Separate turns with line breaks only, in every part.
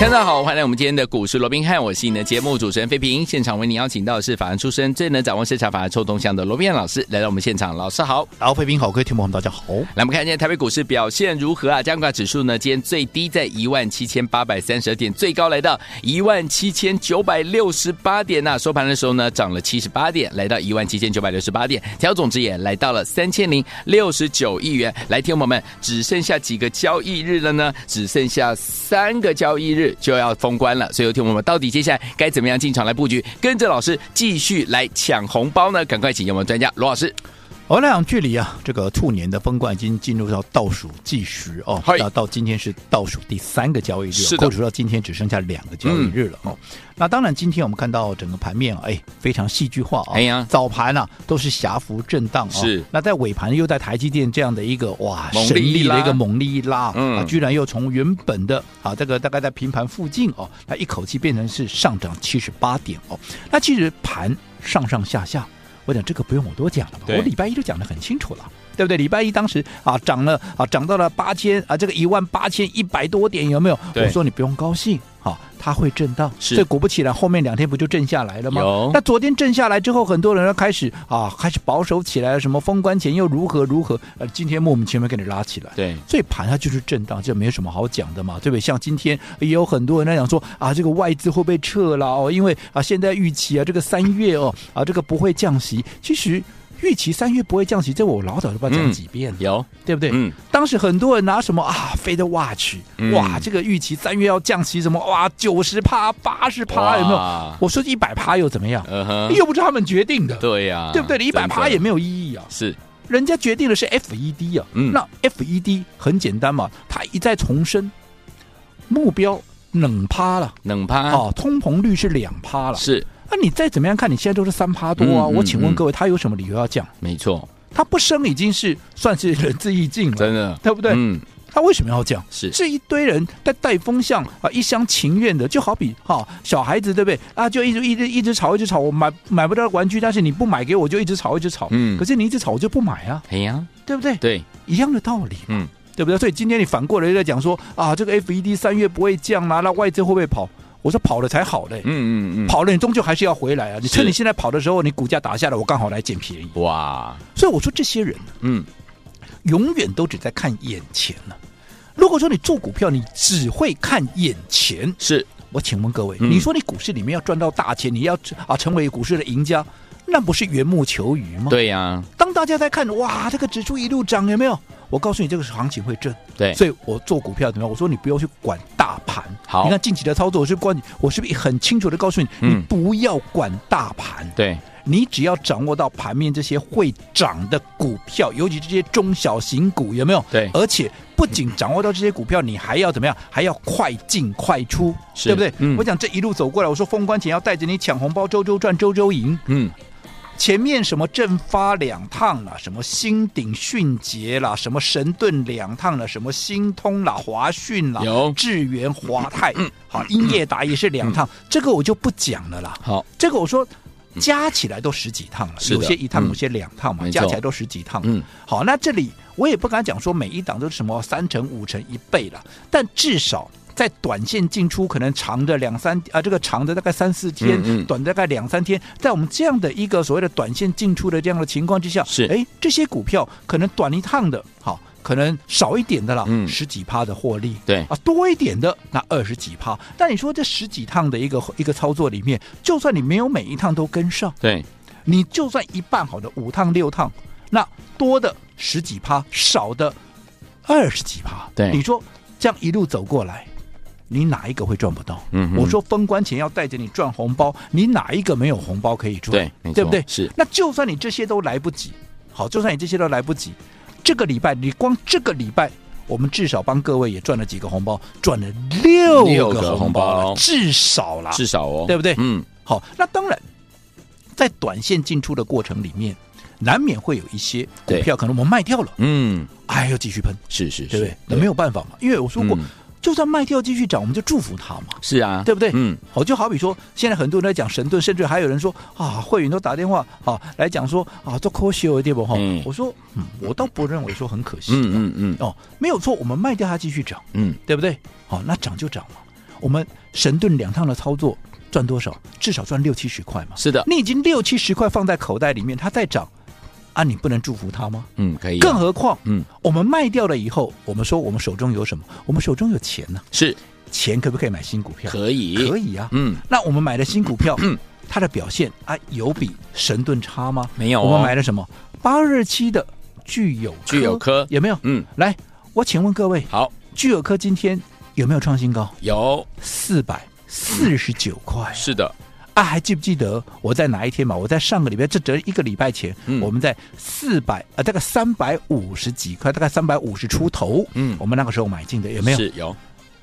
大家好，欢迎来我们今天的股市罗宾汉，我是你的节目主持人费平。现场为您邀请到的是法案出身、最能掌握市场法案臭动向的罗宾汉老师来到我们现场，老师好。
然后，费宾好，各位听众朋友们，大家好。
来，我们看一下台北股市表现如何啊？加权指数呢，今天最低在一万七千八百三十二点，最高来到一万七千九百六十八点呐、收盘的时候呢，涨了七十八点，来到一万七千九百六十八点，调总值也来到了三千零六十九亿元。来，听众朋友们，只剩下几个交易日了呢？只剩下三个交易日就要封关了，所以有听众朋友们，到底接下来该怎么样进场来布局，跟着老师继续来抢红包呢？赶快请我们专家罗老师。
我俩距离啊，这个兔年的封冠已经进入到倒数计时哦
嗨，
那到今天是倒数第三个交易日
是的
哦，
嗯
扣除到今天只剩下两个交易日了哦。那当然，今天我们看到整个盘面啊，哎，非常戏剧化啊。
哎呀
早盘啊都是狭幅震荡哦，
是
那在尾盘又在台积电这样的一个哇
猛
神
力一
力
拉
的一个猛力一拉，
嗯
啊，居然又从原本的啊这个大概在平盘附近哦，那一口气变成是上涨七十八点哦。那其实盘上上下下，我讲这个不用我多讲了吧，
对
我礼拜一就讲得很清楚了。对不对？礼拜一当时啊涨了啊涨到了八千啊，这个一万八千一百多点有没有？
对
我说你不用高兴，好、它会震荡。
是
所以果不其然，后面两天不就震下来了吗
有？
那昨天震下来之后，很多人开始啊开始保守起来了，什么封关前又如何如何？呃，今天莫名其妙给你拉起来。
对，
所以盘它就是震荡，这没有什么好讲的嘛，对不对？像今天也有很多人在讲说啊，这个外资会被撤了哦，因为啊，现在预期啊，这个三月哦，啊，这个不会降息。其实预期三月不会降息，这我老早就不知道讲几遍了，
有，
对不对？
嗯，
当时很多人拿什么啊，飞的 watch，
嗯
哇，这个预期三月要降息什么哇，九十趴、八十趴有没有？
有？
我说一百趴又怎么样？
嗯哼，
又不是他们决定的，
对呀、
哎对不对？你一百趴也
真的
没有意义啊。
是
人家决定的是 FED 啊，
嗯
那 FED 很简单嘛，它一再重申目标冷趴了
冷趴，
啊，通膨率是两趴了。
是
那、你再怎么样看，你现在都是三趴多啊、
嗯嗯
我请问
嗯
各位，它有什么理由要降？
没错，
它不升已经是算是仁至义尽了，
真的
对不对？
嗯，
它为什么要降？
是
是一堆人在带风向啊，一厢情愿的，就好比哈、小孩子对不对啊？就一直一直一直吵，一直吵，我买买不到玩具，但是你不买给我，我就一直吵，一直吵。
嗯
可是你一直吵，我就不买啊，
哎呀，
对不对？
对，
一样的道理，
嗯，
对不对？所以今天你反过来又在讲说啊，这个 FED 三月不会降啦、那外资会不会跑？我说跑了才好嘞，
嗯嗯嗯，
跑了你终究还是要回来啊。你
是
趁你现在跑的时候，你股价打下来，我刚好来捡便宜。
哇，
所以我说这些人
嗯，
永远都只在看眼前呢、如果说你做股票，你只会看眼前，
是
我请问各位，
嗯
你说你股市里面要赚到大钱，你要啊成为股市的赢家，那不是缘木求鱼吗？
对呀、
当大家在看哇，这个指数一路涨，有没有？我告诉你，这个行情会震。
对
所以我做股票怎么样？我说你不要去管大盘。
好
你看近期的操作，我是关你，我是不是很清楚的告诉你，
嗯
你不要管大盘，
对，
你只要掌握到盘面这些会涨的股票，尤其这些中小型股，有没有？
对
而且不仅掌握到这些股票，你还要怎么样？还要快进快出，
是
对不对？
嗯
我讲这一路走过来，我说封关前要带着你抢红包，周周赚，周周赢。
嗯，
前面什么正发两趟啦，什么新鼎迅捷啦，什么神盾两趟啦，什么新通啦、华讯啦、
有
智源、华泰，好，英业达也是两趟，这个我就不讲了啦。
好，
这个我说加起来都十几趟了，
是的
有些一
嗯
趟，有些两趟嘛，
没错
加起来都十几趟。
嗯，
好，那这里我也不敢讲说每一档都是什么三成、五成、一倍了，但至少。在短线进出可能长的两三啊，这个长的大概三四天，
嗯嗯
短的大概两三天，在我们这样的一个所谓的短线进出的这样的情况之下，
是
哎，这些股票可能短一趟的，好，可能少一点的啦，
嗯
十几趴的获利，
对，
啊，多一点的那二十几趴。但你说这十几趟的一个一个操作里面，就算你没有每一趟都跟上，
对，
你就算一半好的五趟六趟，那多的十几趴，少的二十几趴，
对
你说这样一路走过来。你哪一个会赚不到？
嗯哼
我说封关前要带着你赚红包，你哪一个没有红包可以赚？
对没错
对不对？
是
那就算你这些都来不及，好，就算你这些都来不及，这个礼拜你光这个礼拜，我们至少帮各位也赚了几个红包，赚了
六
六
个
个
红
红包
包
了，至少啦，
至少哦，
啊对不对
嗯，
好，那当然，在短线进出的过程里面，难免会有一些股
对
票可能我们卖掉了，
嗯，
哎，又继续喷，
是是
对
是，
不对？那没有办法嘛，因为我说过
嗯，
就算卖掉继续涨，我们就祝福它嘛。
是啊，
对不对？
嗯，
好，哦就好比说，现在很多人在讲神盾，甚至还有人说啊，会员都打电话啊来讲说啊，做可惜了，对不哈？
嗯
我说、嗯，我倒不认为说很可惜、
嗯嗯嗯
哦，没有错，我们卖掉它继续涨，
嗯，
对不对？好、那涨就涨嘛。我们神盾两趟的操作赚多少？至少赚六七十块嘛。
是的，
你已经六七十块放在口袋里面，它再涨啊，你不能祝福它吗？
嗯，可以啊，
更何况，
嗯，
我们卖掉了以后，我们说我们手中有什么？我们手中有钱呢、
是
钱可不可以买新股票？
可以，
可
以，
以啊。
嗯，
那我们买的新股票，
嗯
它的表现啊，有比神盾差吗？
没有哦
我们买了什么？八二七的具有
具有科
有没有？
嗯，
来，我请问各位，
好，
具有科今天有没有创新高？
有，
四百四十九块
是的，
啊！还记不记得我在哪一天嘛？我在上个礼拜，这只一个礼拜前，
嗯
我们在四百啊，大概三百五十几块，大概三百五十出头，
嗯
我们那个时候买进的有没有？
是有，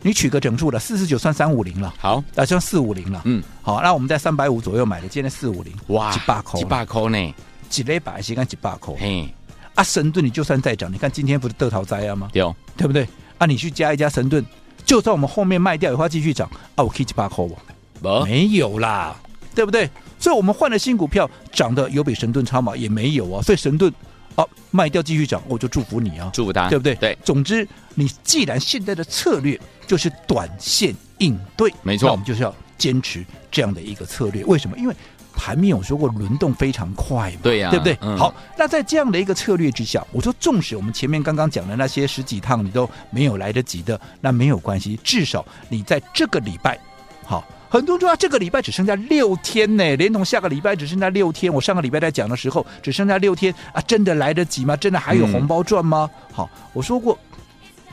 你取个整数了，四十九算三五零了。
好，
啊，像四五零了，
嗯，
好，那我们在三百五左右买的，今天四五零，
哇，
几百口，
几，百块呢，
几类百，谁敢几百口？
嘿，
啊，神盾你就算再涨，你看今天不是得逃灾啊吗？
对哦，
对不对？啊，你去加一加神盾，就算我们后面卖掉以后它继续涨，啊，我可以几百口我
不，
没有啦，对不对？所以我们换了新股票，涨的有比神盾差吗？也没有啊，所以神盾啊卖掉继续涨，我就祝福你啊，
祝福他，
对不对？
对，
总之，你既然现在的策略就是短线应对，
没错
那我们就是要坚持这样的一个策略。为什么？因为盘面有说过轮动非常快嘛，
对呀
对不对？
嗯
好，那在这样的一个策略之下，我说，纵使我们前面刚刚讲的那些十几趟你都没有来得及的，那没有关系，至少你在这个礼拜，好。很多人说、啊、这个礼拜只剩下六天呢，连同下个礼拜只剩下六天。我上个礼拜在讲的时候，只剩下六天啊，真的来得及吗？真的还有
嗯
红包赚吗？好，我说过，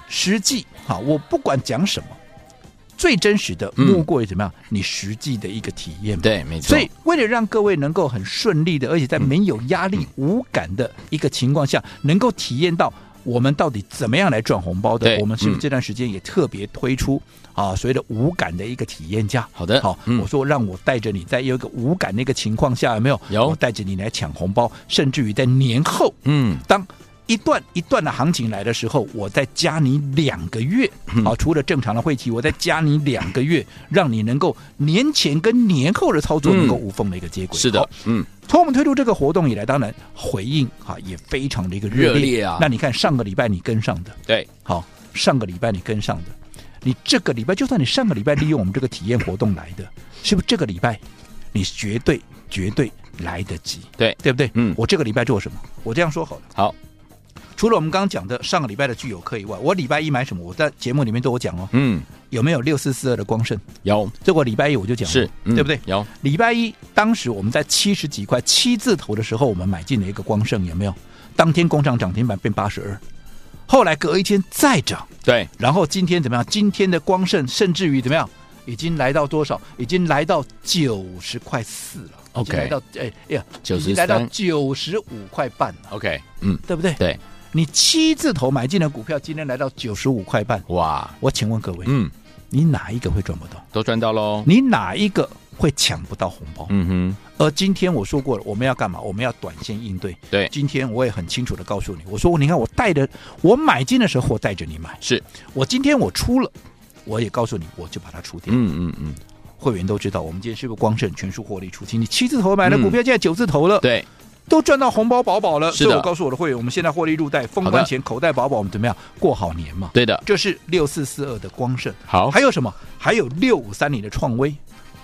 实际好，我不管讲什么，最真实的
嗯
莫过于怎么样，你实际的一个体验嘛。
对，没错，嗯
所以，为了让各位能够很顺利的，而且在没有压力、无感的一个情况下，能够体验到我们到底怎么样来赚红包的
对，
我们是不是
嗯
这段时间也特别推出啊所谓的无感的一个体验价？
好的
好，
嗯
我说让我带着你在有一个无感的一个情况下，有没有？
有
我带着你来抢红包，甚至于在年后，
嗯，
当一段一段的行情来的时候，我再加你两个月，
嗯
好、除了正常的会期，我再加你两个月，让你能够年前跟年后的操作
嗯
能够无缝的一个接轨。
是的
好，
嗯，
从我们推出这个活动以来，当然回应哈、也非常的一个热
热
烈
烈啊
那你看上个礼拜你跟上的，
对，
好，上个礼拜你跟上的，你这个礼拜就算你上个礼拜利用我们这个体验活动来的，是不是这个礼拜你绝对绝对来得及？
对
对不对？
嗯
我这个礼拜做什么？我这样说好了。
好，
除了我们刚刚讲的上个礼拜的具有课以外，我礼拜一买什么？我在节目里面都有讲哦，
嗯，
有没有六四四二的光盛？
有，
这个礼拜一我就讲了
是，嗯
对不对？
有，
礼拜一当时我们在七十几块七字头的时候，我们买进了一个光盛，有没有？当天工厂涨停板变八十二，后来隔一天再涨，
对，
然后今天怎么样？今天的光盛甚至于怎么样？已经来到多少？已经来到九十块四了。已
OK
经来到哎哎呀，
93
已经来到九十五块半了，
OK，嗯，
对不对？
对，
你七字头买进的股票，今天来到九十五块半，
哇，
我请问各位，
嗯，
你哪一个会赚不到？
都赚到喽，
你哪一个会抢不到红包？
嗯哼，
而今天我说过了，我们要干嘛？我们要短线应对。
对
今天我也很清楚的告诉你，我说你看我带着我买进的时候，我带着你买，
是，
我今天我出了，我也告诉你，我就把它出掉。
嗯嗯嗯，
会员都知道，我们今天是不是光盛全数获利出清？你七字头买
嗯
的股票，现在九字头了，
对，
都赚到红包饱饱了。
是的
所以我告诉我的会员，我们现在获利入袋，封
好
关
的
前口袋饱饱，我们怎么样过好年嘛？
对的，
这是六四四二的光盛，
好
还有什么？还有六五三零的创威，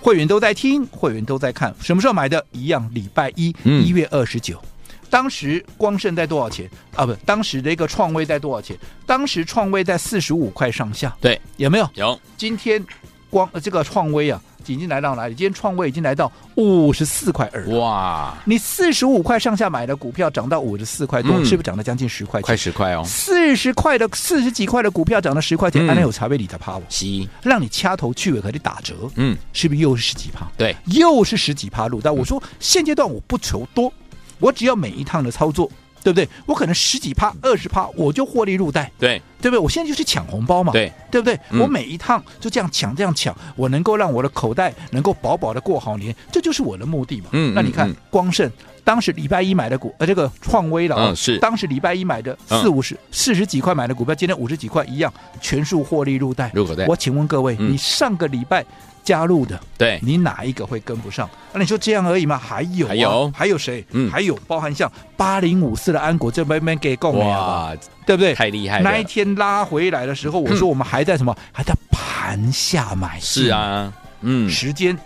会员都在听，会员都在看，什么时候买的？一样，礼拜一，一、
嗯
月二十九。当时光盛在多少钱啊？不，当时的一个创威在多少钱？当时创威在四十五块上下，
对，
有没有？
有，
今天光、呃这个创威啊，已经来到哪里？今天创威已经来到五十四块二。
哇，
你四十五块上下买的股票涨到五十四块多，
嗯
是不是涨了将近十块钱？
快十块哦，
四十块的四十几块的股票涨了十块钱，
嗯
安那有茶杯里的趴我，
吸，
让你掐头去尾和你打折，
嗯，
是不是又是十几趴？
对，
又是十几趴路。但我说现阶段我不求多，我只要每一趟的操作，对不对？我可能十几趴、二十趴我就获利入袋。
对，
对不对？我现在就去抢红包嘛，
对
对不对？
嗯
我每一趟就这样抢，这样抢，我能够让我的口袋能够饱饱的过好年，这就是我的目的嘛。
嗯
那你看、
嗯嗯
光盛。当时礼拜一买的股，呃，这个创威了、哦
嗯是
当时礼拜一买的
嗯
四五十、四十几块买的股票，今天五十几块一样，全数获利入袋。
入口袋
我请问各位，
嗯哎
你上个礼拜加入的，
对，
你哪一个会跟不上？那、你说这样而已吗？还有、啊，
还有
还有谁？
嗯
还有包含像八零五四的安国这边边给供了，，对不对？
太厉害了，
那一天拉回来的时候，我说我们还在什么？还在盘下买进
嗯是，啊，嗯，
时间。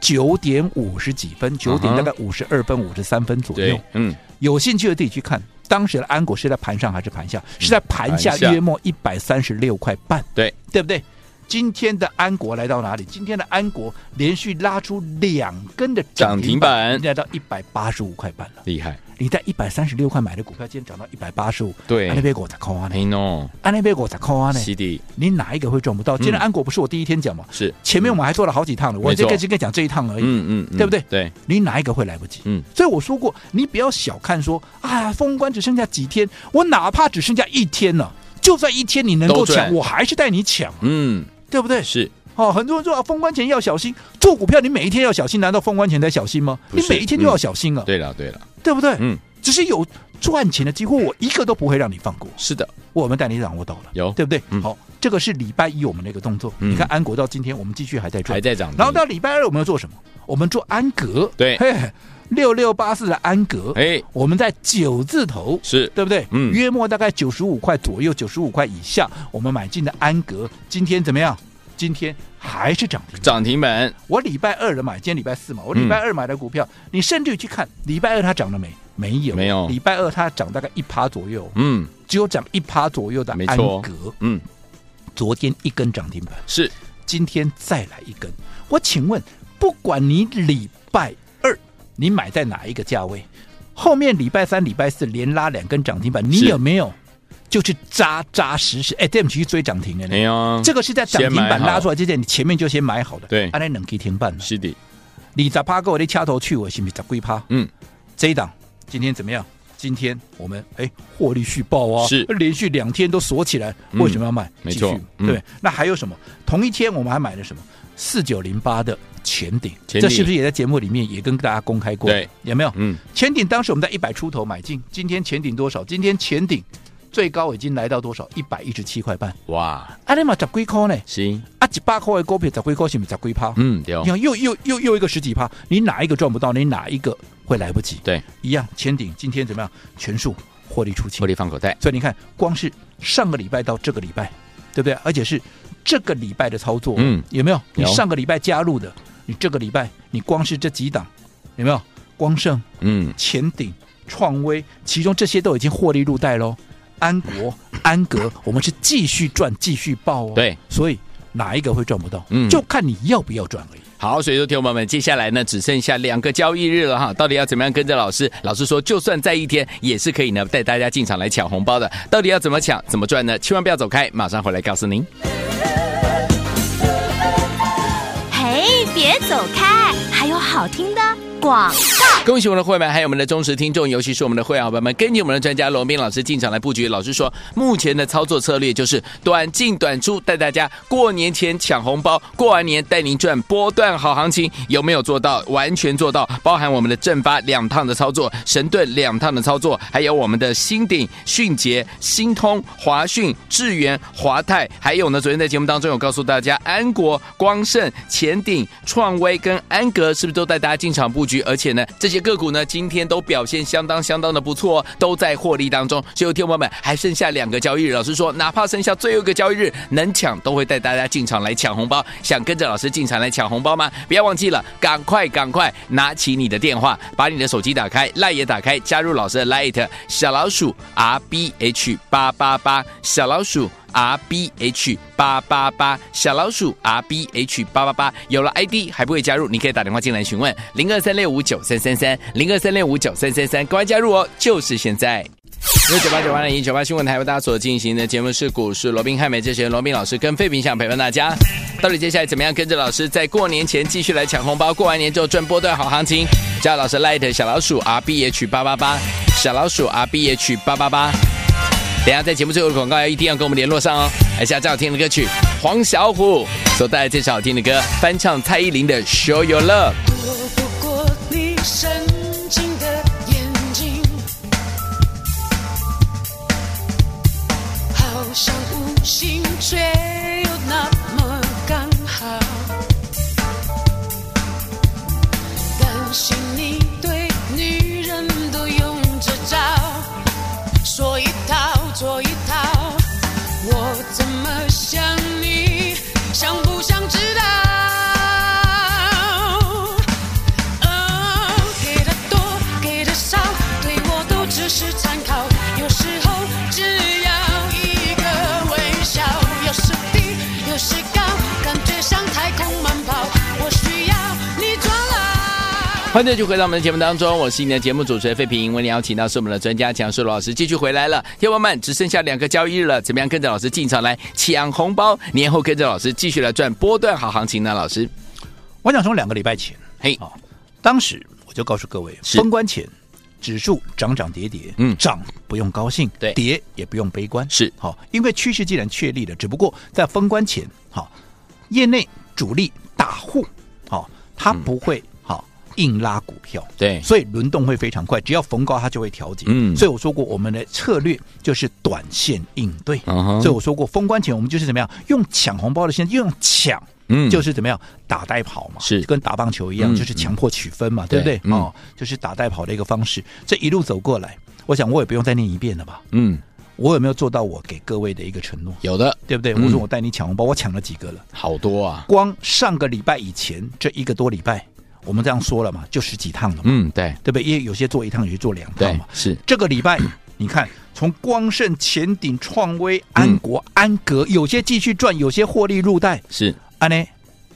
九点五十几分，九点
嗯
大
哼
概五十二分、五十三分左右
对。，嗯，
有兴趣的自己去看，当时的安国是在盘上还是盘下？是在盘下
嗯盘下
约莫一百三十六块半，
对
对不对？今天的安国来到哪里？今天的安国连续拉出两根的涨
涨
停
停板
板，来到一百八十五块半了。
厉害，
你在一百三十六块买的股票，今天涨到一百八十五，
对
安利贝股在扣啊呢，
哎 no，
安利贝股在扣啊呢，
西迪
你哪一个会赚不到？今天安国不是我第一天讲嘛，
是
前面我们还做了好几趟了，
嗯
我
没错
就跟今天讲这一趟而已。
嗯嗯嗯，
对不对
对，
你哪一个会来不及？
嗯，
所以我说过，你不要小看说，啊，封关只剩下几天，我哪怕只剩下一天了，就算一天你能够
都赚
抢，我还是带你抢，
嗯，
对不对？
是
哦，很多人说啊，封关前要小心，做股票你每一天要小心，难道封关前才小心吗？
不
你
是
每一天都要小心啊，
对了对了，
对不对？
嗯，
只是有赚钱的机会，我一个都不会让你放过。
是的，
我们带你掌握到了，
有
对不对？
嗯
好，这个是礼拜一我们的一个动作。
嗯
你看安国到今天我们继续还在赚
还，在涨停，
然后到礼拜二我们要做什么？我们做安格，
对
嘿，六六八四的安格，
哎
我们在九字头。
是
对不对？
嗯
约莫大概九十五块左右，九十五块以下，我们买进的安格，今天怎么样？今天还是涨停。
涨停板，
我礼拜二的买，今天礼拜四
嗯
嘛，我礼拜二买的股票，你甚至于去看礼拜二它涨了没？没有，
没有
礼拜二它涨大概一趴左右，
嗯
只有涨一趴左右的
没
安
错
格，
嗯，
昨天一根涨停板。
是
今天再来一根。我请问，不管你礼拜二你买在哪一个价位，后面礼拜三、礼拜四连拉两根涨停板，你
是
有没有就是扎扎实实？哎，对不起，去追涨停的
哎
呢？
呀，
这个是在涨停
先买
板
好
拉出来之前，你前面就先买好的。
对
按那冷气停板了。
西迪，
你咋趴够？你掐头去尾，是不是？咋龟趴？
嗯，
这一档今天怎么样？今天我们哎获利续报啊，
是
连续两天都锁起来，
嗯
为什么要卖？
没
继续
错嗯
对。那还有什么？同一天我们还买了什么？四九零八的前顶，
前顶
这是不是也在节目里面也跟大家公开过？
对，
有没有？
嗯，
前顶当时我们在一百出头买进，今天前顶多少？今天前顶最高已经来到多少？一百一十七块半。
哇，
啊，你嘛十几块呢？
行，
啊，一百块的股票十几块是不是十几趴？
嗯，对哦
你，看又又又又一个十几趴，你哪一个赚不到？你哪一个会来不及？
对，
一样前顶今天怎么样？全数获利出清
获。利放口袋，
所以你看，光是上个礼拜到这个礼拜，对不对？而且是这个礼拜的操作，
嗯
有没有？你
有
上个礼拜加入的，你这个礼拜你光是这几档，有没有？光盛、
嗯，
前顶、创威，其中这些都已经获利入袋喽。安国、安格，我们是继续赚、继续爆哦。
对，
所以哪一个会赚不到？
嗯
就看你要不要赚而已。
好，所以说，听众朋友们，接下来呢，只剩下两个交易日了哈，到底要怎么样跟着老师？老师说，就算在一天，也是可以呢带大家进场来抢红包的。到底要怎么抢，怎么赚呢？千万不要走开，马上回来告诉您。
嘿，别走开，还有好听的广。
恭喜我们的会员，还有我们的忠实听众，尤其是我们的会员伙伴们，跟进我们的专家罗斌老师进场来布局。老师说，目前的操作策略就是短进短出，带大家过年前抢红包，过完年带您赚波段好行情，有没有做到？完全做到，包含我们的正发两趟的操作，神盾两趟的操作，还有我们的新鼎、迅捷、新通、华讯、智源、华泰，还有呢，昨天在节目当中有告诉大家，安国、光盛、前鼎、创威跟安格是不是都带大家进场布局？而且呢，这些个股呢今天都表现相当相当的不错、哦，都在获利当中。所以，听众朋友们还剩下两个交易日，老师说，哪怕剩下最后一个交易日能抢，都会带大家进场来抢红包。想跟着老师进场来抢红包吗？不要忘记了，赶快赶快拿起你的电话，把你的手机打开，赖也打开，加入老师的 Light 小老鼠 R B H 八八八小老鼠。R B H 八八八，小老鼠 R B H 八八八，有了 ID 还不会加入，你可以打电话进来询问零二三六五九三三三零二三六五九三三三，赶快加入哦，就是现在。六九八九八零一九八新闻台为大家所进行的节目是股市罗宾汉美这些罗宾老师跟费平想陪伴大家，到底接下来怎么样跟着老师在过年前继续来抢红包，过完年之后赚波段好行情？加老师 Light 小老鼠 R B H 八八八，小老鼠 R B H 八八八。等一下在节目最后的广告要一定要跟我们联络上哦。来，下最好听的歌曲，黄小琥所带来这首好听的歌，翻唱蔡依林的《Show Your Love》。
躲不过你深情的眼睛，好像无心却又那么刚好。感谢你对女人都用这招，说一套做一套，我怎么想你，想不想知道？哦，给的多，给的少，对我都只是参考。有时候只要一个微笑，有时低，有时高，感觉像太空慢跑。我需要你抓牢。
欢迎继续回到我们的节目当中，我是你的节目主持人费平。为你邀请到是我们的专家强硕罗老师，继续回来了。天王们只剩下两个交易日了，怎么样跟着老师进场来抢红包？年后跟着老师继续来赚波段好行情呢？老师，
我想从两个礼拜前，
嘿
好、当时我就告诉各位，
是
封关前指数涨涨跌跌，
嗯
涨不用高兴，
对
跌也不用悲观，
是
好、因为趋势既然确立了，只不过在封关前，好、业内主力大户，好、他
嗯
不会好、硬拉股票，
对
所以轮动会非常快，只要逢高它就会调节，
嗯
所以我说过我们的策略就是短线应对，
嗯哼
所以我说过封关前我们就是怎么样用抢红包的先用抢。
嗯
就是怎么样打带跑嘛，
是
跟打棒球一样，
嗯
就是强迫取分嘛，对不
对
对？
嗯
哦，就是打带跑的一个方式。这一路走过来，我想我也不用再念一遍了吧？
嗯，
我有没有做到我给各位的一个承诺？
有的
对不对？
嗯
我说我带你抢红包，我抢了几个了？
好多啊，
光上个礼拜以前这一个多礼拜，我们这样说了嘛，就十几趟了嘛，
嗯，对
对不对？因为有些做一趟，有些做两趟
对
嘛。
是，
这个 礼拜，你看从光盛、前鼎、创威、安国、安格，有些继续赚，有些获利入袋，
是
安呢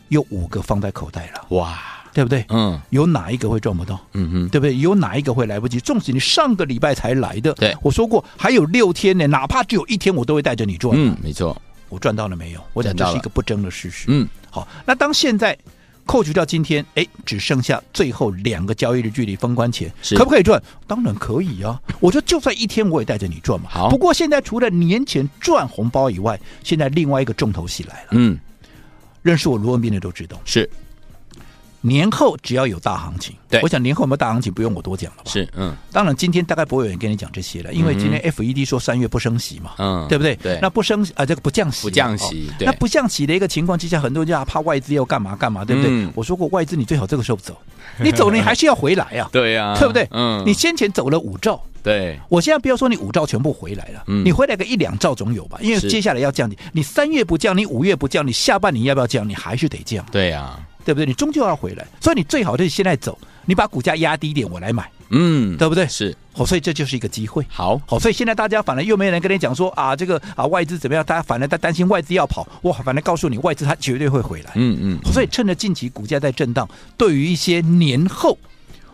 有五个放在口袋了，
哇，
对不对？
嗯
有哪一个会赚不到？
嗯哼，
对不对？有哪一个会来不及？纵使你上个礼拜才来的，
对
我说过还有六天呢，哪怕只有一天，我都会带着你赚。
嗯，没错，
我赚到了没有？我讲
赚
这
到
是一
了
个不争的事实。
嗯，
好，那当现在扣除掉今天，哎，只剩下最后两个交易日距离封关前，
是
可不可以赚？当然可以啊！我说就算一天，我也带着你赚嘛。
好
不过现在除了年前赚红包以外，现在另外一个重头戏来了。
嗯
认识我卢文斌的都知道，
是
年后只要有大行情，
对
我想年后有没有大行情，不用我多讲了吧？
是，嗯
当然，今天大概不会有人跟你讲这些了，因为今天 FED 说三月不升息嘛，
嗯
对不对？
对
那不升啊、这个不降息，
不降息对
那不降息的一个情况之下，很多人就啊怕外资要干嘛干嘛，对不对？
嗯
我说过，外资你最好这个时候走，你走你还是要回来呀、
对呀、
对不对？
嗯，
你先前走了五兆。
对
我现在不要说你五兆全部回来了，
嗯
你回来个一两兆总有吧？因为
是
接下来要降你，你三月不降，你五月不降，你下半年要不要降？你还是得降，
对啊呀、
对不对？你终究要回来，所以你最好就是现在走，你把股价压低一点，我来买，
嗯，
对不对？
是
好，所以这就是一个机会。
好，
好，所以现在大家反而又没人跟你讲说啊，这个啊外资怎么样？大家反而在担心外资要跑，哇，反而告诉你外资它绝对会回来。
嗯嗯，
所以趁着近期股价在震荡，对于一些年后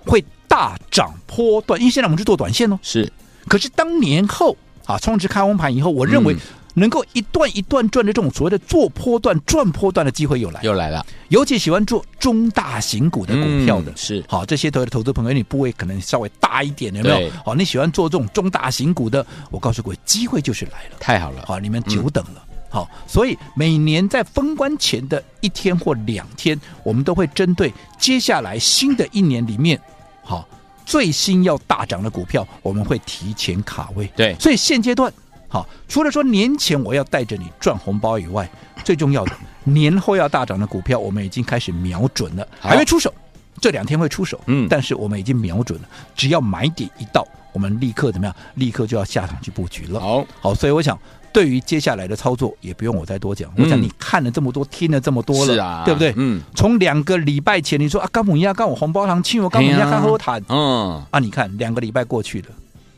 会大涨波段，因为现在我们是做短线哦。
是
可是当年后啊充值开红盘以后，我认为
嗯
能够一段一段赚的这种所谓的做波段、赚波段的机会又来了。
又来了，
尤其喜欢做中大型股的股票的，
嗯是
好这些投投资朋友，你部位可能稍微大一点，有没
对
有？好，你喜欢做这种中大型股的，我告诉各位，机会就是来了，啊
太好了，
好，你们
嗯
久等了。好，所以每年在封关前的一天或两天，我们都会针对接下来新的一年里面，好最新要大涨的股票，我们会提前卡位。
对
所以现阶段，好，除了说年前我要带着你赚红包以外，最重要的年后要大涨的股票，我们已经开始瞄准了，
好
还没出手，这两天会出手，
嗯
但是我们已经瞄准了，只要买点一到，我们立刻怎么样？立刻就要下场去布局了。
好，
好，所以我想。对于接下来的操作，也不用我再多讲。
嗯
我想你看了这么多，听了这么多了，
是啊
对不对？
嗯，
从两个礼拜前你说啊，干母鸭干我红包糖，亲我干母
哎
鸭
呀
干喝谈，
嗯，
啊，你看两个礼拜过去了，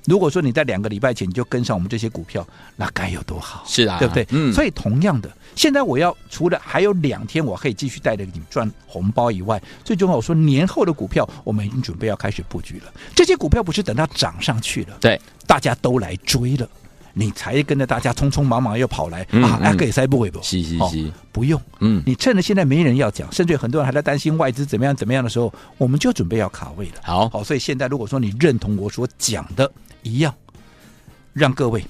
如果说你在两个礼拜前你就跟上我们这些股票，那该有多好，
是啊，
对不对？
嗯，
所
以
以同样的，现在我要除了还有两天我可以继续带着你赚红包以外，最重要我说年后的股票我们已经准备要开始布局了。这些股票不是等它涨上去了，
对，
大家都来追了。你才跟着大家匆匆忙忙又跑来、
嗯
啊，
嗯
那个也塞不回不？哦
是是是
不用，
嗯
你趁着现在没人要讲，甚至很多人还在担心外资怎么样怎么样的时候，我们就准备要卡位了。
好
好，所以现在如果说你认同我所讲的一样，让各位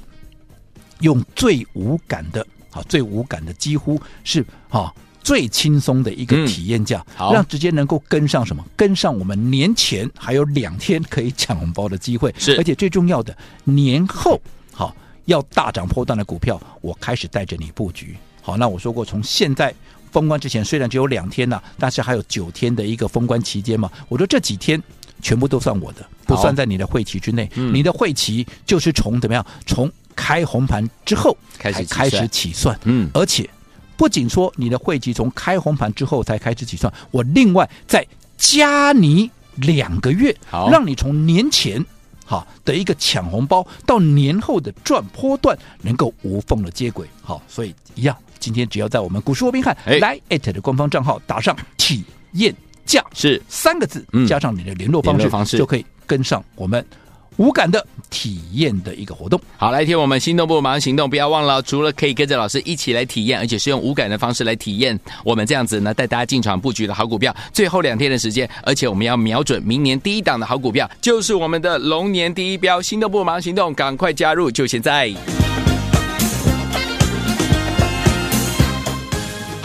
用最无感的，啊，最无感的几乎是啊。最轻松的一
嗯
个体验价，
好
让直接能够跟上什么？跟上我们年前还有两天可以抢红包的机会，
是
而且最重要的，年后好要大涨破断的股票，我开始带着你布局。好，那我说过，从现在封关之前虽然只有两天呐、但是还有九天的一个封关期间嘛。我说这几天全部都算我的，不
好
算在你的会期之内。
嗯
你的会期就是从怎么样？从开红盘之后
开始
才
起
开始
算
起算，
嗯，
而且不仅说你的会籍从开红盘之后才开始起算，我另外再加你两个月
好，
让你从年前。好的一个抢红包到年后的赚波段能够无缝的接轨，好，所以一样，今天只要在我们股市罗宾汉
哎
来 at 的官方账号打上体验价
是
三个字
嗯，
加上你的联络方
联
式，
络方式
就可以跟上我们无感的体验的一个活动。
好，来听我们心动不如马上行动，不要忘了，除了可以跟着老师一起来体验，而且是用无感的方式来体验我们这样子呢带大家进场布局的好股票，最后两天的时间，而且我们要瞄准明年第一档的好股票，就是我们的龙年第一标，心动不如马上行动，赶快加入，就现在。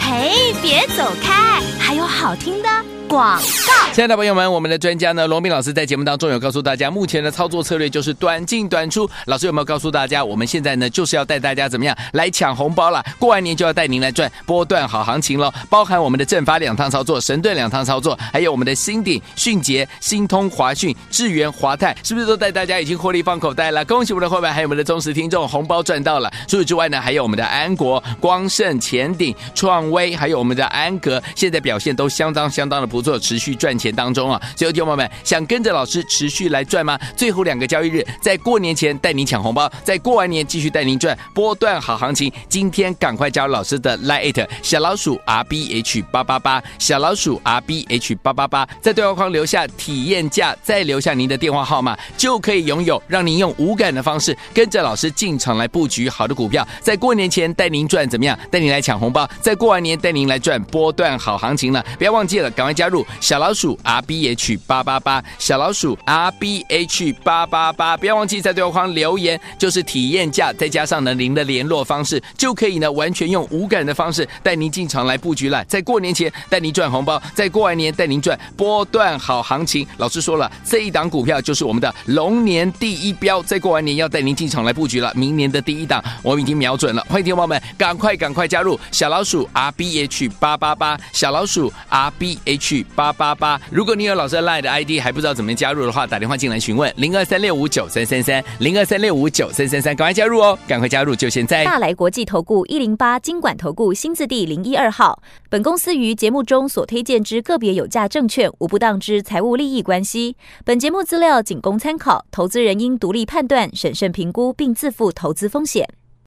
嘿，别走开，还有好听的广。
亲爱的朋友们，我们的专家呢，罗斌老师在节目当中有告诉大家，目前的操作策略就是短进短出。老师有没有告诉大家，我们现在呢就是要带大家怎么样来抢红包啦？过完年就要带您来赚波段好行情喽，包含我们的正法两趟操作、神盾两趟操作，还有我们的新鼎、迅捷、新通、华讯、智源、华泰，是不是都带大家已经获利放口袋了？恭喜我们的伙伴，还有我们的忠实听众，红包赚到了。除此之外呢，还有我们的安国、光盛、前鼎、创威，还有我们的安格，现在表现都相当相当的不错，持续赚钱当中啊。所以，听众朋友们，想跟着老师持续来赚吗？最后两个交易日，在过年前带您抢红包，在过完年继续带您赚波段好行情。今天赶快加入老师的 Lite 小老鼠 R B H 八八八，小老鼠 R B H 八八八，在对话框留下体验价，再留下您的电话号码，就可以拥有让您用无感的方式跟着老师进场来布局好的股票，在过年前带您赚怎么样？带您来抢红包，在过完年带您来赚波段好行情了。不要忘记了，赶快加入小老鼠 R B H 八八八，小老鼠 R B H 八八八，不要忘记在对话框留言，就是体验价，再加上呢您的联络方式，就可以呢完全用无感的方式带您进场来布局了。在过年前带您赚红包，在过完年带您赚波段好行情。老师说了，这一档股票就是我们的龙年第一标，在过完年要带您进场来布局了。明年的第一档我们已经瞄准了，欢迎听众朋友们赶快赶快加入小老鼠 R B H 八八八，小老鼠 R B H 八八八。如果你有老师的 Line 的 ID 还不知道怎么加入的话，打电话进来询问零二三六五九三三三零二三六五九三三三，赶快加入哦，赶快加入，就现在。
大来国际投顾一零八金管投顾新字第零一二号。本公司于节目中所推荐之个别有价证券，无不当之财务利益关系。本节目资料仅供参考，投资人应独立判断、审慎评估，并自负投资风险。